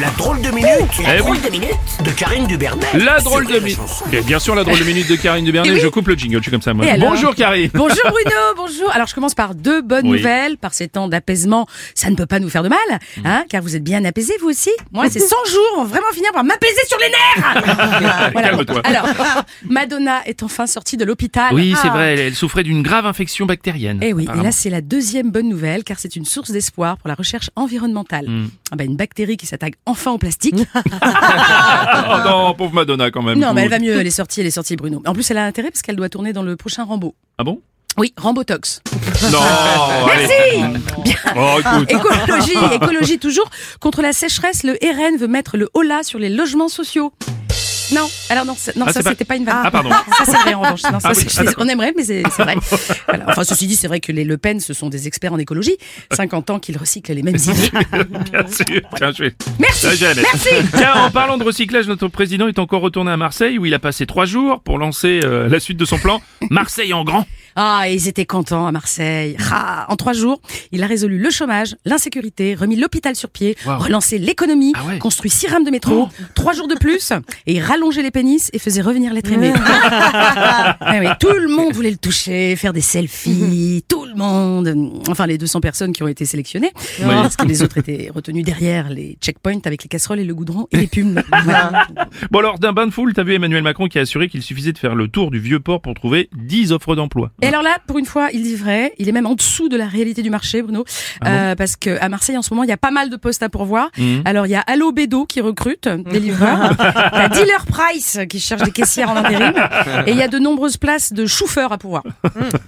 La drôle de minute, la Eh drôle oui. de minute de Karine Dubernet. La sur drôle Rire de et minute. Chanson. Bien sûr, la drôle de minute de Karine Dubernet. Et Eh oui. Je coupe le jingle, je suis comme ça, moi. Et alors Bonjour, Karine. Bonjour Bruno, bonjour. Alors je commence par deux bonnes Oui. nouvelles. Par ces temps d'apaisement, ça ne peut pas nous faire de mal, hein, car vous êtes bien apaisé vous aussi. Moi, ces 100 jours vont vraiment finir par m'apaiser sur les nerfs. Calme-toi. Alors, Madonna est enfin sortie de l'hôpital. Oui, c'est Ah. vrai, elle, elle souffrait d'une grave infection bactérienne. Eh oui, et apparemment. là c'est la deuxième bonne nouvelle car c'est une source d'espoir pour la recherche environnementale. Ah bah, une bactérie qui s'attaque enfin au plastique. Oh non, pauvre Madonna quand même. non, mais elle va mieux, elle est sortie, elle est sortie Bruno. En plus, elle a intérêt parce qu'elle doit tourner dans le prochain Rambo. Ah bon Oui, Rambotox. Non. Merci Bien. allez. Oh, écoute. Écologie, écologie toujours. Contre la sécheresse, le RN veut mettre le holà sur les logements sociaux. Non, alors non, ça- non, Ah, ça c'est pas- c'était pas une vanne. Ah, pardon. Ça c'est vrai en revanche. Non, ça, Ah oui, c'est- ah, d'accord. Ah on aimerait, mais c'est c'est vrai. Voilà. Enfin, ceci dit, c'est vrai que les Le Pen, ce sont des experts en écologie. Euh. 50 ans qu'ils recyclent les mêmes idées. Bien sûr. Tiens, je vais- Merci. Ah, j'allais. Merci. Tiens, en parlant de recyclage, notre président est encore retourné à Marseille où il a passé trois jours pour lancer euh, la suite de son plan Marseille en grand. Ah, ils étaient contents à Marseille. Mm. Ah, en trois jours, il a résolu le chômage, l'insécurité, remis l'hôpital sur pied, Waouh. relancé l'économie, Ah ouais. Oh. construit six rames de métro, trois jours de plus, et il rallongeait les pénis et faisait revenir les aimée. Ah oui, tout le monde voulait le toucher, faire des selfies, tout le monde. Enfin, les 200 personnes qui ont été sélectionnées, parce que les autres étaient retenues derrière les checkpoints avec les casseroles et le goudron et les pumes. Voilà. Bon alors, d'un bain de foule, t'as vu Emmanuel Macron qui a assuré qu'il suffisait de faire le tour du vieux port pour trouver 10 offres d'emploi. Et alors là, pour une fois, il dit vrai. Il est même en dessous de la réalité du marché, Bruno, Ah Euh, parce que à Marseille en ce moment, il y a pas mal de postes à pourvoir. Mmh. Alors il y a Allo Bédo qui recrute des livreurs, il y a Dealer Price qui cherche des caissières en intérim, et il y a de nombreuses places de chauffeurs à pourvoir.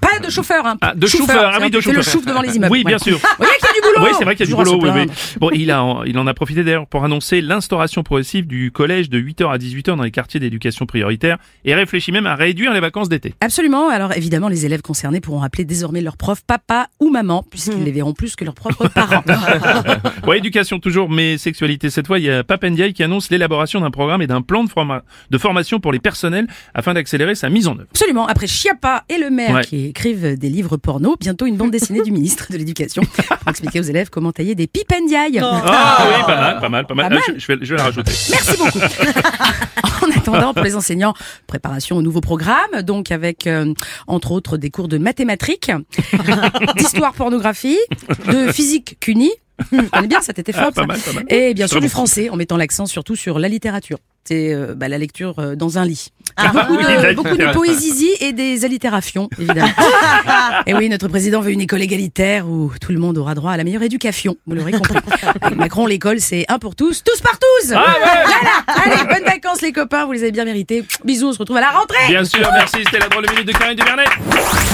Pas de chauffeurs, hein. Ah, de chauffeurs, ah oui, de C'est le chauffeurs. chauffre devant les immeubles. Oui, bien Voilà. sûr. Vous voyez qu'il y a du boulot. Oui, c'est vrai qu'il y a du Toujours à boulot. se Oui, oui. plaindre. Bon, il, a en, il en a profité d'ailleurs pour annoncer l'instauration progressive du collège de 8h à 18h dans les quartiers d'éducation prioritaire et réfléchit même à réduire les vacances d'été. Absolument. Alors évidemment, les élèves concernés pourront appeler désormais leurs profs papa ou maman, puisqu'ils les verront plus que leurs propres parents. Ouais, éducation toujours, mais sexualité cette fois. Il y a Papendiaï qui annonce l'élaboration d'un programme et d'un plan de, forma- de formation pour les personnels afin d'accélérer sa mise en œuvre. Absolument. Après Chiappa et le maire Ouais. qui écrivent des livres porno, bientôt une bande dessinée du ministre de l'Éducation pour expliquer aux élèves comment tailler des pipendiailles. Ah oui, pas mal, pas mal, pas mal. Pas Ah, je, je vais, je vais la rajouter. Merci beaucoup. en attendant, pour les enseignants, préparation au nouveau programme, donc avec euh, entre autres des cours de mathématiques, d'histoire pornographie, de physique cuny. Hum, On est bien, ça t'était Ah, fort. pas ça. mal, pas mal. Et bien sûr Très du bon. français, en mettant l'accent surtout sur la littérature. C'est euh, bah, la lecture euh, dans un lit. beaucoup, Ah oui, de, la Euh, beaucoup de littérature. poésies et des allitérations, évidemment. et oui, notre président veut une école égalitaire où tout le monde aura droit à la meilleure éducation. Vous l'aurez compris. Avec Macron, l'école, c'est un pour tous, tous par tous. Ah ouais Allez, bonnes vacances les copains, vous les avez bien mérités. Bisous, on se retrouve à la rentrée. Bien sûr, merci, c'était la drôle de minute de Karine Duvernet.